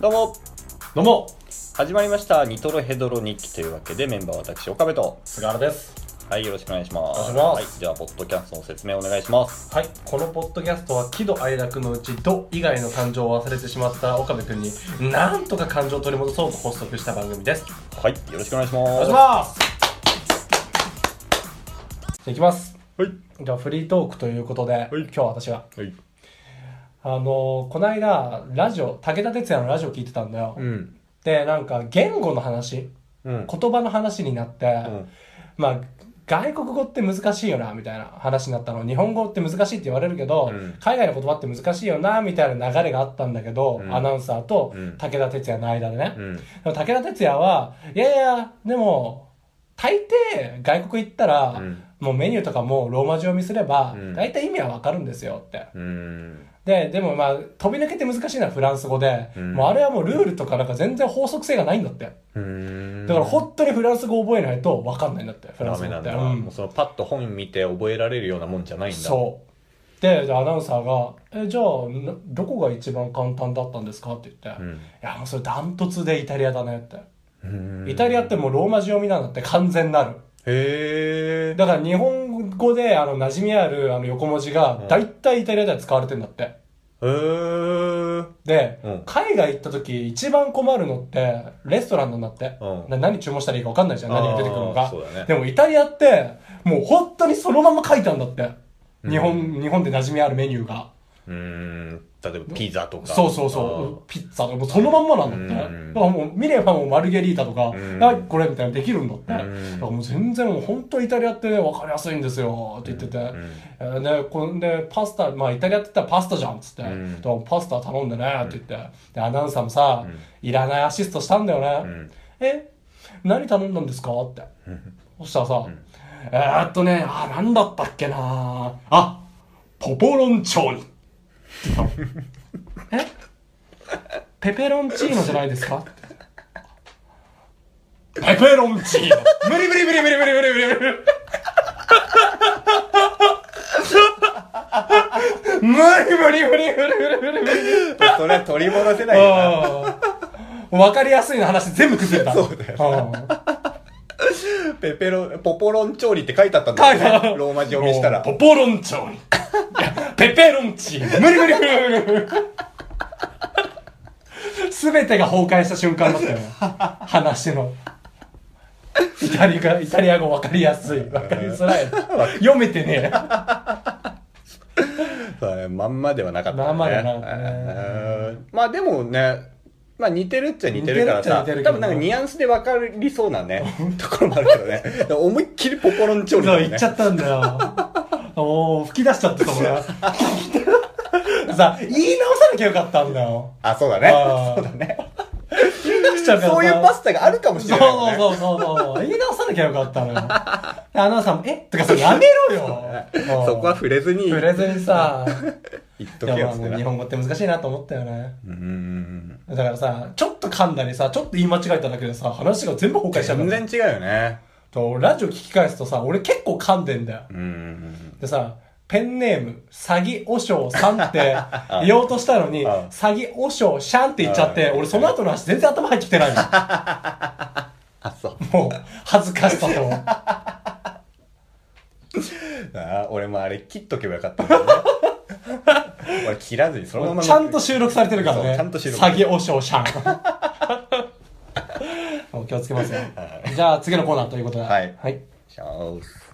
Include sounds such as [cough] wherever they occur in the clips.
どうもどうも始まりました「ニトロヘドロ日記」というわけでメンバーは私岡部と菅原ですはいよろしくお願いしますお願いしますはい、ではポッドキャストの説明お願いしますはいこのポッドキャストは喜怒哀楽のうち「と」以外の感情を忘れてしまった岡部君になんとか感情を取り戻そうと発足した番組ですはいよろしくお願いしおますますいきますはいじゃあフリートークということで、今日は私ははいあのこの間ラジオ武田鉄矢のラジオ聞いてたんだよ、うんでなんか言語の話うん言葉の話になって、うんまあ外国語って難しいよなみたいな話になったの日本語って難しいって言われるけど、うん海外の言葉って難しいよなみたいな流れがあったんだけど、うんアナウンサーとうん武田鉄矢の間でね、うんでも武田鉄矢はいやいやでも大抵外国行ったら、うんもうメニューとかもローマ字読みすれば、うん大体意味はわかるんですよって、うんで、でもまあ、飛び抜けて難しいのはフランス語で、うんもうあれはもうルールとかなんか全然法則性がないんだって。うんだから本当にフランス語覚えないと分かんないんだって、フランダスメ語なっんて。だ、うんもうそのパッと本見て覚えられるようなもんじゃないんだそう。で、じゃあアナウンサーが、え、じゃあ、などこが一番簡単だったんですかって言って、ういんや、もうそれダントツでイタリアだねって。うんイタリアってもうローマ字読みなんだって、完全なる。へえだから日本語で、あの、馴染みあるあの横文字がうん、大体イタリアでは使われてんだって。へーで、うん海外行った時一番困るのってレストランなんだって、うんな何注文したらいいか分かんないじゃん何が出てくるのあーか、そうだねでもイタリアってもう本当にそのまま書いたんだって、うん日本日本で馴染みあるメニューがうん例えばピザとかそうそうそうピッツァとかもうそのまんまなんだって、うんだからもう見ればもうマルゲリータとか、んあこれみたいなのできるんだって、んだからもう全然もう本当イタリアって分かりやすいんですよって言ってて、えーでこんでパスタ、まあ、イタリアって言ったらパスタじゃんっつって、んでパスタ頼んでねって言ってでアナウンサーもさ、いらないアシストしたんだよね、んえ何頼んだんですかってそしたらさ、えーっとねあ何だったっけなあポポロンチョーニって言ったのえペペロンチーノじゃないですかってペペロンチーノ無理無理無理無理無理無理無理無理無理無理無理無理無理無理無理それは取り戻せないよなうんわかりやすいの話全部崩れた。そうだよ。ペペロ、ポポロン調理って書いてあったんだよね。ローマ字読みしたら。ポポロンチョーニ。いやペペロンチーノ。無理無理無理無理無理。すべてが崩壊した瞬間だったよ。話の。イタリア、イタリア語わかりやすい。わかりづらい。読めてねえ。そうね [laughs] まんまではなかった、ね。まんまではなかったねうんまあでもね、まあ似てるっちゃ似てるからさ、似てるっちゃ似てるけど多分なんかニュアンスで分かりそうなね、ところもあるけどね。思いっきりポポロン調理だそう、もん言ねっち。ゃったんだよ。もう、吹き出しちゃってたもん [laughs] な。さ、言い直さなきゃよかったんだよ。あ、そうだあね。ーそうだね。言い直しちゃうからさそういうパスタがあるかもしれそうないもんね。そうそうそう。言い直さなきゃよかったのよ。でアナウンサーも、えとかさ、やめろよ。うんそこは触れずに触れずに [laughs] さ、言っとけでもよまあっもてうな日。本語って難しいなと思ったよね。うん。だからさ、ちょっと噛んだりさ、ちょっと言い間違えただけでさ、話が全部崩壊しちゃうん全だよ。然違うよね。と俺ラジオ聞き返すとさ、俺結構噛んでんだよ。うん。でさ、ペンネーム、詐欺おしょうさ [laughs] んって言おうとしたのに、うん詐欺おしょうシャンって言っちゃって、うん俺その後の話全然頭入ってきてないの。あ、そう。もう、恥ずかしさと。ああ俺もあれ切っとけばよかったんだよね [laughs] 俺切らずにそのままちゃんと収録されてるからそね。うちゃんと収録詐欺おしょうシ [laughs] ャン。もう気をつけますよ。じゃあ次のコーナーということで。はいはい。シャオス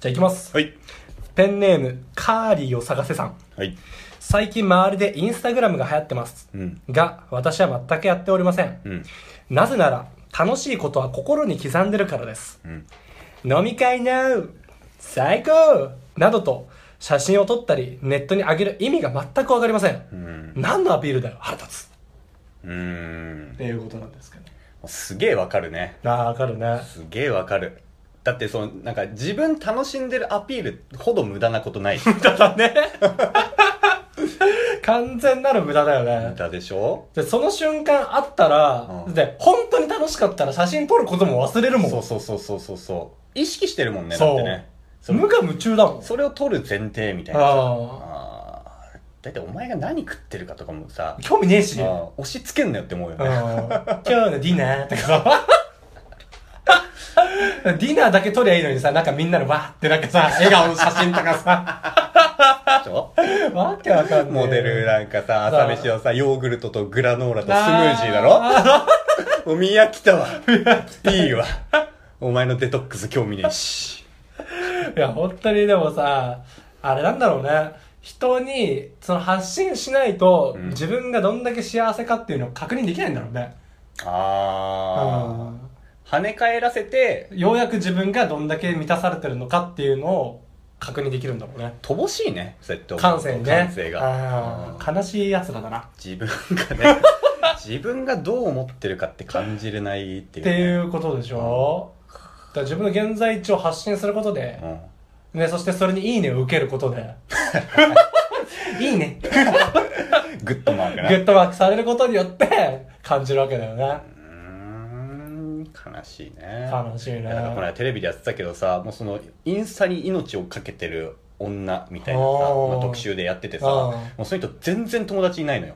じゃあ行きます。はいペンネーム、カーリーを探せさん。はい最近周りでインスタグラムが流行ってます。うんが、私は全くやっておりません。うんなぜなら、楽しいことは心に刻んでるからです。うん飲み会なう最高などと、写真を撮ったり、ネットに上げる意味が全くわかりません。うん何のアピールだよ、腹立つ。うーんっていうことなんですけど。すげえわかるねああ、わかるね。すげえわかるだってそのなんか自分楽しんでるアピールほど無駄なことない無無駄だね。完全なる無駄だよね。駄でしょで、その瞬間あったら、うんで、本当に楽しかったら写真撮ることも忘れるもん。そうそうそうそうそうそう意識してるもんねだそっうてねう無我夢中だもんそれを取る前提みたいなさあああーだいたいお前が何食ってるかとかもさ興味ねえしうんあー押し付けんなよって思うよね今日のディ [laughs] ナーとかさディナーだけ撮りゃいいのにさなんかみんなのわーってなんかさ笑顔の写真とかさでしょ [laughs] わけわかんねえモデルなんかささあ朝飯はさヨーグルトとグラノーラとスムージーだろお見飽きたわいいわお前のデトックス興味ねえしいや、本当にでもさ、あれなんだろうね。人に、その発信しないと、うん自分がどんだけ幸せかっていうのを確認できないんだろうね。ああ跳ね返らせてうんようやく自分がどんだけ満たされてるのかっていうのを確認できるんだろうね。乏しいねそうやって思うと感性ね。感性があうんー悲しい奴らだな。っ自分が [laughs] ね自分がどう思ってるかって感じれないっていう、てね、いうことでしょ、だから自分の現在地を発信することで、うんね、そしてそれにいいねを受けること [laughs] で、いいね。グッドマークグなッドマークされることによって感じるわけだよね。うーん悲しいね悲しいねいやなんかこの間テレビでやってたけどさもうそのインスタに命を懸けてる女みたいなさ、おーまあ、特集でやっててさうんもうその人全然友達いないの [laughs] よ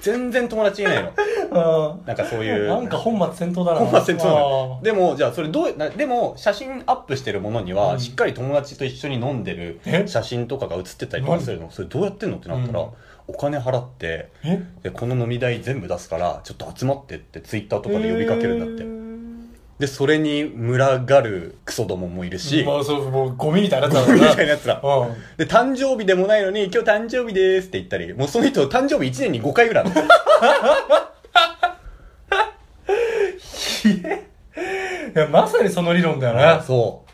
全然友達いないのうんなんかそういう [laughs] なんか本末転倒だな。本末転倒なのあでもじゃあそれどうなでも写真アップしてるものには、うんしっかり友達と一緒に飲んでえる写真とかが写ってたりとかするのそれどうやってんのってなったら、うんお金払ってーえでこの飲み代全部出すからちょっと集まってってツイッターとかで呼びかけるんだって、でそれに群がるクソどももいるえし、ーまあそう、もうゴミみたいになっちゃ [laughs] うみからたいななやつらうん。で誕生日でもないのに今日誕生日ですって言ったりもうその人誕生日1年に5回ぐらいあるのいや、まさにその理論だよね。そ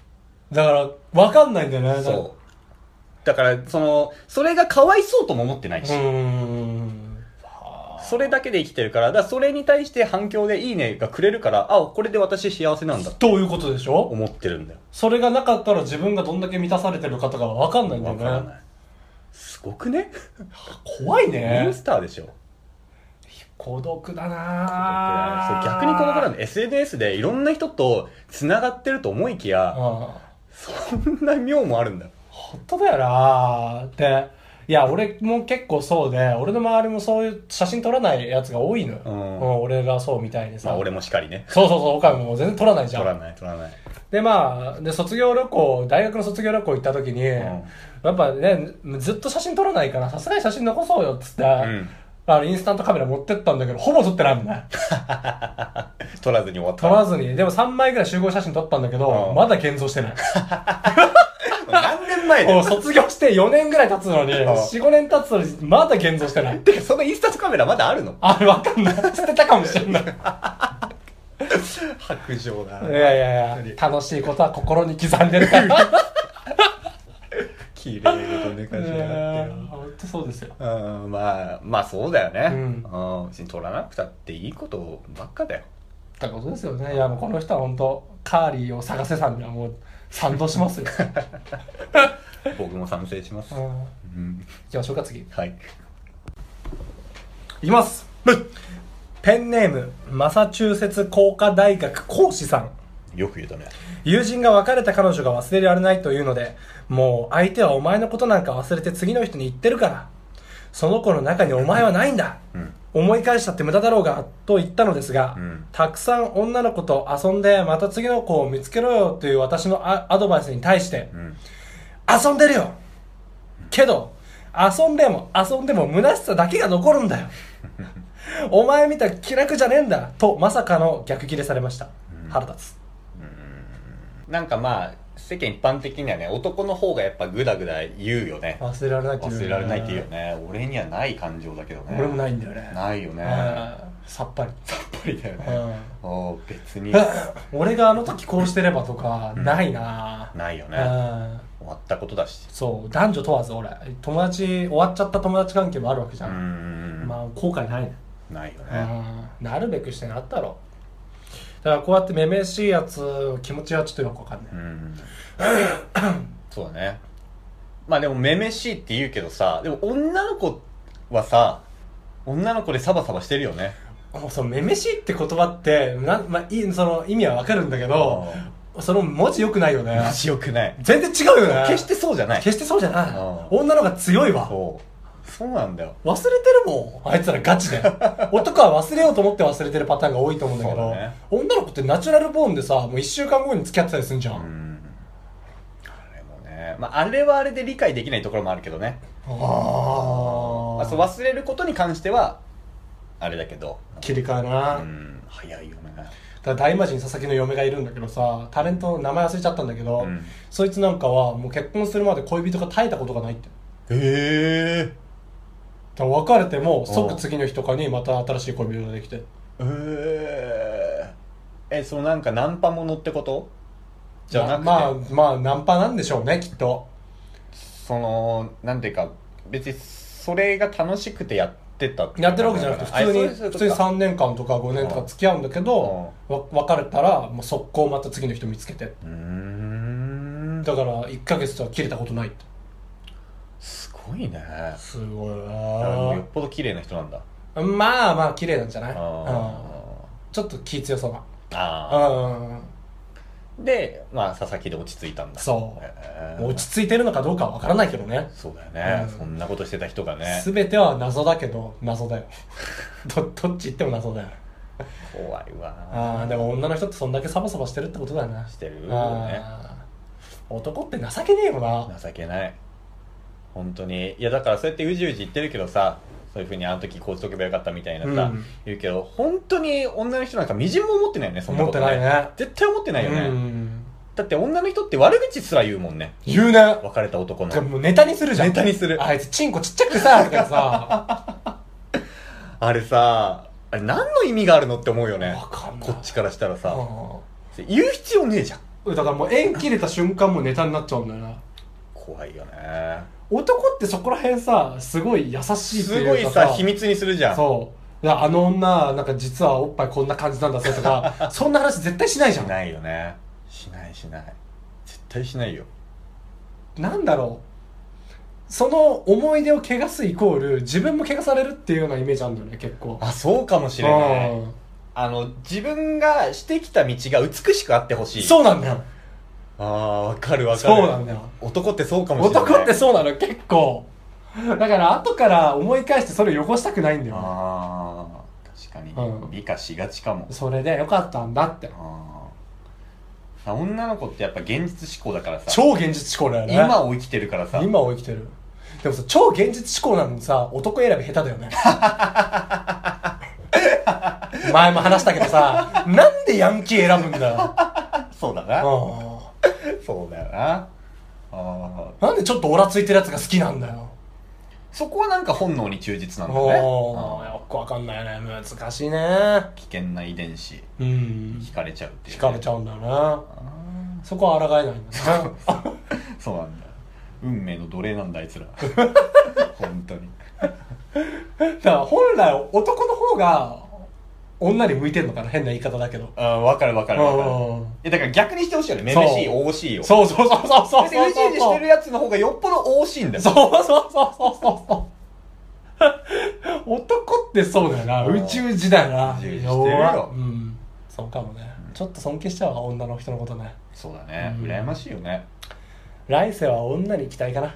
だから、わかんないんだよね。うそうだからそのそれがかわいそうとも思ってないうし、ーん。それだけで生きてるからだからそれに対して反響で「いいね」がくれるからあこれで私幸せなんだとということでしょ思ってるんだよそれがなかったら自分がどんだけ満たされてるかとかわかんないんだわからよね。ないすごくね怖いニュねー。スターでしょ孤独だそうなぁ逆にこのからの SNS でいろんな人と繋がってると思いきや、うん。そんな妙もあるんだよ。本当だよなっていや俺も結構そうで俺の周りもそういう写真撮らないやつが多いのよ、うん俺がそうみたいにさ、まあ俺もしかりね。そうそうそう岡部も全然撮らないじゃ取らんない、取らない。でまあで卒業旅行大学の卒業旅行行った時に、やっぱねずっと写真撮らないからさすがに写真残そうよっつって、うん。あのインスタントカメラ持ってったんだけどほぼ撮ってないもんね取らずに終わった。撮らずにでも3枚ぐらい集合写真撮ったんだけど、うんまだ現像し [laughs] てない何年前だもうよ。卒業して4年ぐらい経つのにん45年経つのにまだ現像してないてか、そのインスタントカメラまだあるのあれわかん [laughs] ない。捨てたかもしれない。い白状だやいやいや、楽しいことは心に刻んでるから。 [laughs] 綺麗なとね、感じになってる。本当そうですよ。うん、まあ、まあそうだよね。ううん。別に取らなくたっていいことばっかだよ。ってことですよね。いや、もうこの人は本当カーリーを探せさんにはもう賛同します [laughs] よ。僕も賛成しますう。ん行うん。きましょうか、次。いはい。きます。ペンネーム、マサチューセッツ工科大学講師さん。よく言うたね。友人が別れた彼女が忘れられないというので、もう相手はお前のことなんか忘れて次の人に言ってるから。その子の中にお前はないんだ。うん。思い返したって無駄だろうがと言ったのですが、うんたくさん女の子と遊んでまた次の子を見つけろよという私のアアドバイスに対して、うん。遊んでるよけど遊んでも遊んでも虚しさだけが残るんだ [laughs] よお前みたい気楽じゃねえんだとまさかの逆ギレされました、腹立つなんかまあ、世間一般的にはね、男の方がやっぱグダグダ言うよね。忘れられないっていう忘れられないっていうよね俺にはない感情だけどね俺もないんだよねないよねやっうんさっぱりぱりだよねあー別に [laughs] 俺があの時こうしてればとかないな、ないよねうん終わったことだしそう男女問わず俺友達終わっちゃった友達関係もあるわけじうゃーん、んまあ後悔ないね、ないようね、ん、なるべくしてなったろだからこうやってめめしいやつ気持ちはちょっとよくわかんないうんそうだねまあでもめめしいって言うけどさでも女の子はさ女の子でサバサバしてるよねもうそのめめしいって言葉ってな、まあ、いいその意味はわかるんだけど、その文字良くないよね強くない全然違うよね決してそうじゃない決してそうじゃないうん女の方が強いわそうそうなんだよ忘れてるもんあいつらガチ [laughs] で男は忘れようと思って忘れてるパターンが多いと思うんだけそどうだね女の子ってナチュラルボーンでさもう1週間後に付き合ってたりすんじゃん、うんあれもねまああれはあれで理解できないところもあるけどねあまあ、そう忘れることに関してはあれだけど切り替えな、うん早いよねだから大魔神佐々木の嫁がいるんだけどさタレントの名前忘れちゃったんだけど、うんそいつなんかはもう結婚するまで恋人が耐えたことがないってへえだから別れても即次の日とかにまた新しい恋人ができてええそのなんかナンパものってことじゃなくて、まあまあナンパなんでしょうねきっとそのなんていうか別にそれが楽しくてやってたやってるわけじゃなくてあ普通にそういう普こと通にか3年間とか5年とか付き合うんだけどわ別れたらもう速攻また次の人見つけてうーんだから1ヶ月とは切れたことないってすごいねすごいあのなよっぽど綺麗な人なんだまあまあ綺麗なんじゃないうんあちょっと気強そうなーあうんーでまあ佐々木で落ち着いたんだそうへー落ち着いてるのかどうかは分からないけどねそうだよね、うんそんなことしてた人がね全ては謎だけど謎だよ [laughs] どどっち行っても謎だよ怖いわああでも女の人ってそんだけサバサバしてるってことだよなしてるよねあー男って情けねえよな情けない本当にいやだからそうやってうじうじ言ってるけどさそういうふうにあの時こうしとけばよかったみたいなさ、うん言うけど本当に女の人なんかみじんも思ってないよねそんな思っことてねないね絶対思ってないよね、うんだって女の人って悪口すら言うもんね言うね別れた男のてかもうネタにするじゃんネタにするあいつチンコちっちゃくてさとかさあれさあれ何の意味があるのって思うよ [laughs] ねわかんないこっちからしたらさ、う言う必要ねえじゃんんだからもう縁切れた瞬間もうネタになっちゃうんだよな怖いよね男ってそこら辺さすごい優しいってすいうごかいさ秘密にするじゃんそうだからあの女なんか実はおっぱいこんな感じなんだぜと [laughs] かそんな話絶対しないじゃしんないよねしないしない絶対しないよなんだろうその思い出を汚すイコール自分も汚されるっていうようなイメージあるんだよね結構あそうかもしれないうんあの自分がしてきた道が美しくあってほしいそうなんだよああわかるわかるそうなんだよ男ってそうかもしれない男ってそうなの結構だから後から思い返してそれを汚したくないんだよああ確かに、うん美化しがちかもそれでよかったんだってあーあ女の子ってやっぱ現実思考だからさ超現実思考だよね今を生きてるからさ今を生きてるでもさ超現実思考なのにさ男選び下手だよ [laughs] ね前も話したけどさなんでヤンキー選ぶんだ [laughs] よそうだな、うそうだよなああんなんでちょっとオラついてるやつが好きなんだよそこはなんか本能に忠実なんだよねおーあよくわかんないよね難しいねー危険な遺伝子うん惹かれちゃうっていう、惹かれちゃうゃうんだよなそこは抗えないんだね [laughs] そうなんだ運命の奴隷なんだあいつら [laughs] 本当に [laughs] だから本来男の方が女に向いてんのかな変な言い方だけどああ分かる分かる分かるうんいやだから逆にしてほしいよねめそうめしいおおしいよそうそうそうそうそうそう別にうじうじしてるやつの方がよっぽどおおしいんだよ [laughs] そうそうそうそうそう [laughs] そう。男ってそうだよな。うん宇宙時だよな。うじうじしてるよ弱いうん。そうかもね。ちょっと尊敬しちゃうわ、女の人のことね。そうだねうん羨ましいよね来世は女に行きたいかな。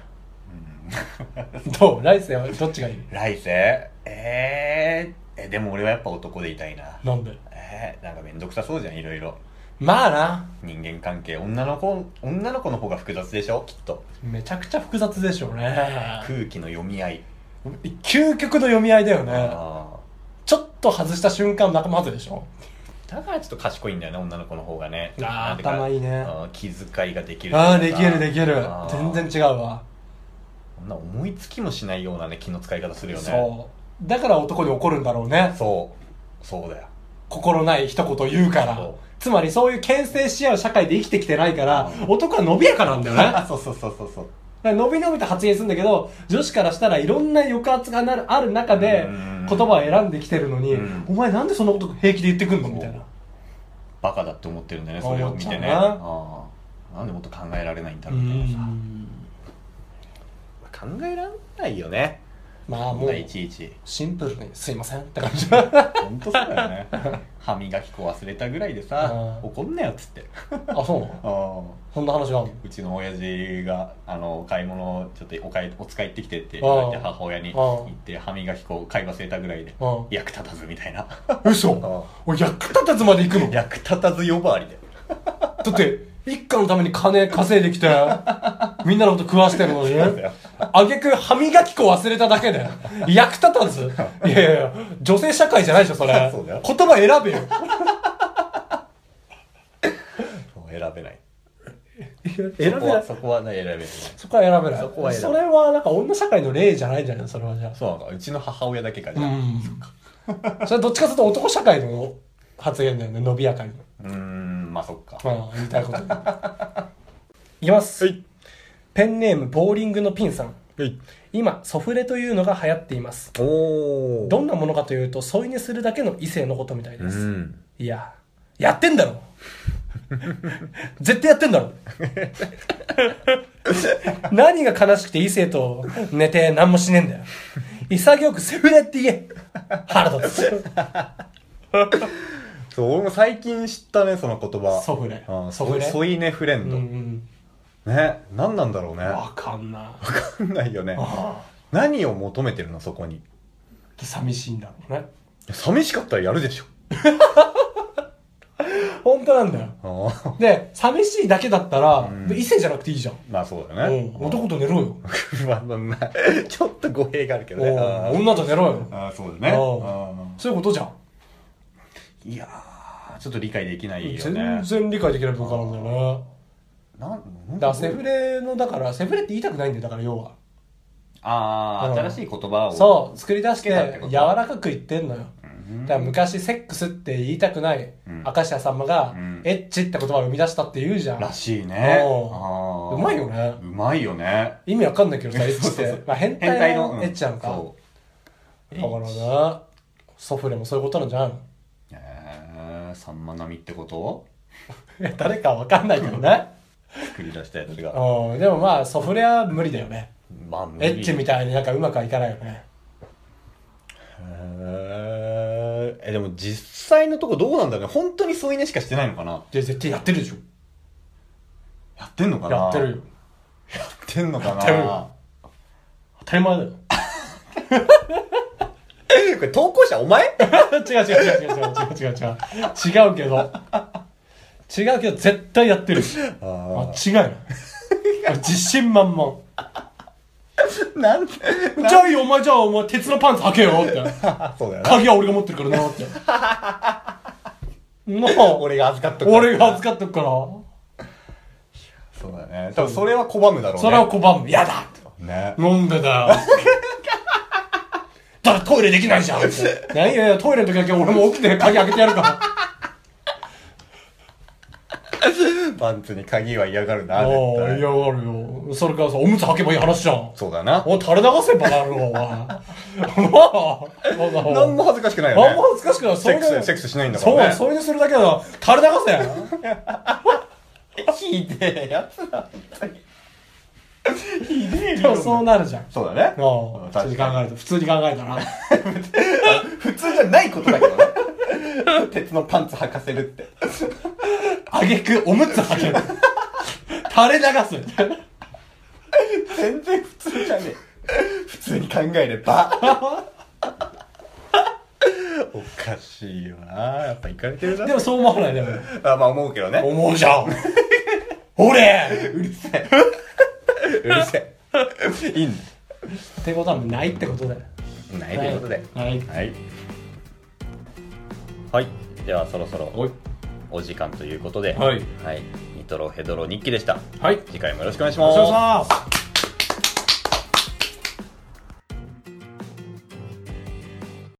[laughs] どう来世はどっちがいい [laughs] 来世えー、えでも俺はやっぱ男でいたいななんでえー、なんかめんどくさそうじゃんいろいろまあな。人間関係女の子女の子の方が複雑でしょきっとめちゃくちゃ複雑でしょうね。 [laughs] 空気の読み合い究極の読み合いだよね。あちょっと外した瞬間仲間外れでしょーだからちょっと賢いんだよね女の子の方がねあーなんていうか頭いいねあー気遣いができるああ、できるできるあ。ー全然違うわ。こんな思いつきもしないようなね気の使い方するよねそう。だから男に怒るんだろうね。そうそうだよ心ない一言言うからそうつまりそういう牽制し合う社会で生きてきてないからう男は伸びやかなんだよ [laughs] ねだかそうそうそうそうそうら伸び伸びと発言するんだけど女子からしたらいろんな抑圧がなるある中でうん言葉を選んできてるのにうんお前なんでそんなこと平気で言ってくんのみたいなバカだって思ってるんだよねそれを見て思っちねゃうなあーなんでもっと考えられないんだうろうみたいなさん考えられないよねまあこんもなういちいちシンプルに「すいません」って感じ本当そうだよ [laughs] ね歯磨き粉忘れたぐらいでさあー怒んなよっつってあそうなのあーそんな話があるのうちの親父があの買い物ちょっとお買いお使い行ってきてって言われてあー母親にあー行って歯磨き粉買い忘れたぐらいでう役立たずみたいな [laughs] ん嘘お役立たずまで行くのだ役立たず呼ばわりでって一家のために金稼いできてみんなのこと食わしてるのにそうだよあげく歯磨き粉忘れただけで役立たずいやいや女性社会じゃないでしょそれそうだよ言葉選べよもう選べない選そこはそこはね選べないそこは選べないそこは選べそれはなんか女社会の例じゃないんじゃないのそれはじゃあそうなんかうちの母親だけかじゃあうんそれどっちかというと男社会の発言だよね伸びやかに、うーんまあそっかまあ、言いたいこといきます、はいペンネームボーリングのピンさんはい今ソフレというのが流行っていますおおどんなものかというと添い寝するだけの異性のことみたいでうす、んいややってんだろ [laughs] 絶対やってんだろ何が悲しくて異性と寝て何もしねえんだよ潔くセフレって言え腹立つそう俺も最近知ったねその言葉ソフレうんソフレ添い寝フレンうんド、うんね何なんだろうねわかんな分かんないよね何を求めてるのそこにい寂しいんだろうね寂しかったらやるでしょ本当なんだよあーで寂しいだけだったら、んで異性じゃなくていいじゃん、まあそうだねうん、男と寝ろよ、まあまあまあちょっと語弊があるけどねうんあー女と寝ろよあーそうだねうんあそういうことじゃん、ーいやーちょっと理解できないよね全然理解できない文化なんだよねなんだからセフレのだからセフレって言いたくないんだよだから要はああうん新しい言葉をそう作り出してつけたってこと柔らかく言ってんのようんだから昔セックスって言いたくないうん明石家さんまがうんエッチって言葉を生み出したって言うじゃんらしいねうんあーうまいよねうまいよね意味わかんないけどさエッチっ [laughs] そうそうそてうまあ変態のエッチなのかうんだそうからエッチなソフレもそういうことなんじ [laughs] ゃないのえー、さんま並みってこといや誰かわかんないけどね作り出したやつがうんでもまあソフレは無理だよねまあ無エ理ッチみたいになんかうまくはいかないよねへーえでも実際のとこどうなんだろうね本当に添い寝しかしてないのかなで絶対やってるでしょやってんのかなやってるよやってんのかやってるなよ当たり前だよえ [laughs] これ投稿者お前違う違う違う違う違う違う違う違う違うけど違うけど絶対やってるあ間違いない自信満々ーなんで [laughs] じゃあいいよお前じゃあお前鉄のパンツ履けよってあそうだよな鍵は俺が持ってるからなってなあ [laughs] 俺俺が預かっとが預かっとくからそうだね多分それは拒むだろうねそれを拒むやだねなんでだよだからトイレできないじゃんって何やいやトイレの時だけ俺も起きて鍵開けてやるからパンツに鍵は嫌がるなああ絶対嫌がるよそれからさおむつ履けばいい話じゃんそうだなお垂れ流せばなるのお前 [laughs] なあ何も恥ずかしくないよねあんま恥ずかしくない。セックスそれでセックスしないんだからねそう、それにするだけだから、垂れ流せひでえやつだひでえでもそうなるじゃん。そうだねうん普通確に考かえると、普通に考えた [laughs] ら。に普通じゃないことだけどね [laughs] 鉄のパンツ履かせるってあげく、おむつ履ける。垂れ流す。全然普通じゃねえ普通に考えれば [laughs] おかしいよなやっぱいかれてるなでもそう思わないでも。あまあ思うけどね思うじ [laughs] ゃん。俺うるせえうるせ [laughs] えいいんってことはないってことだよ。だないということではい。はいはいではそろそろお時間ということではいはい、ニトロヘドロ日記でしたはい。次回もよろしくお願いしおます願いします。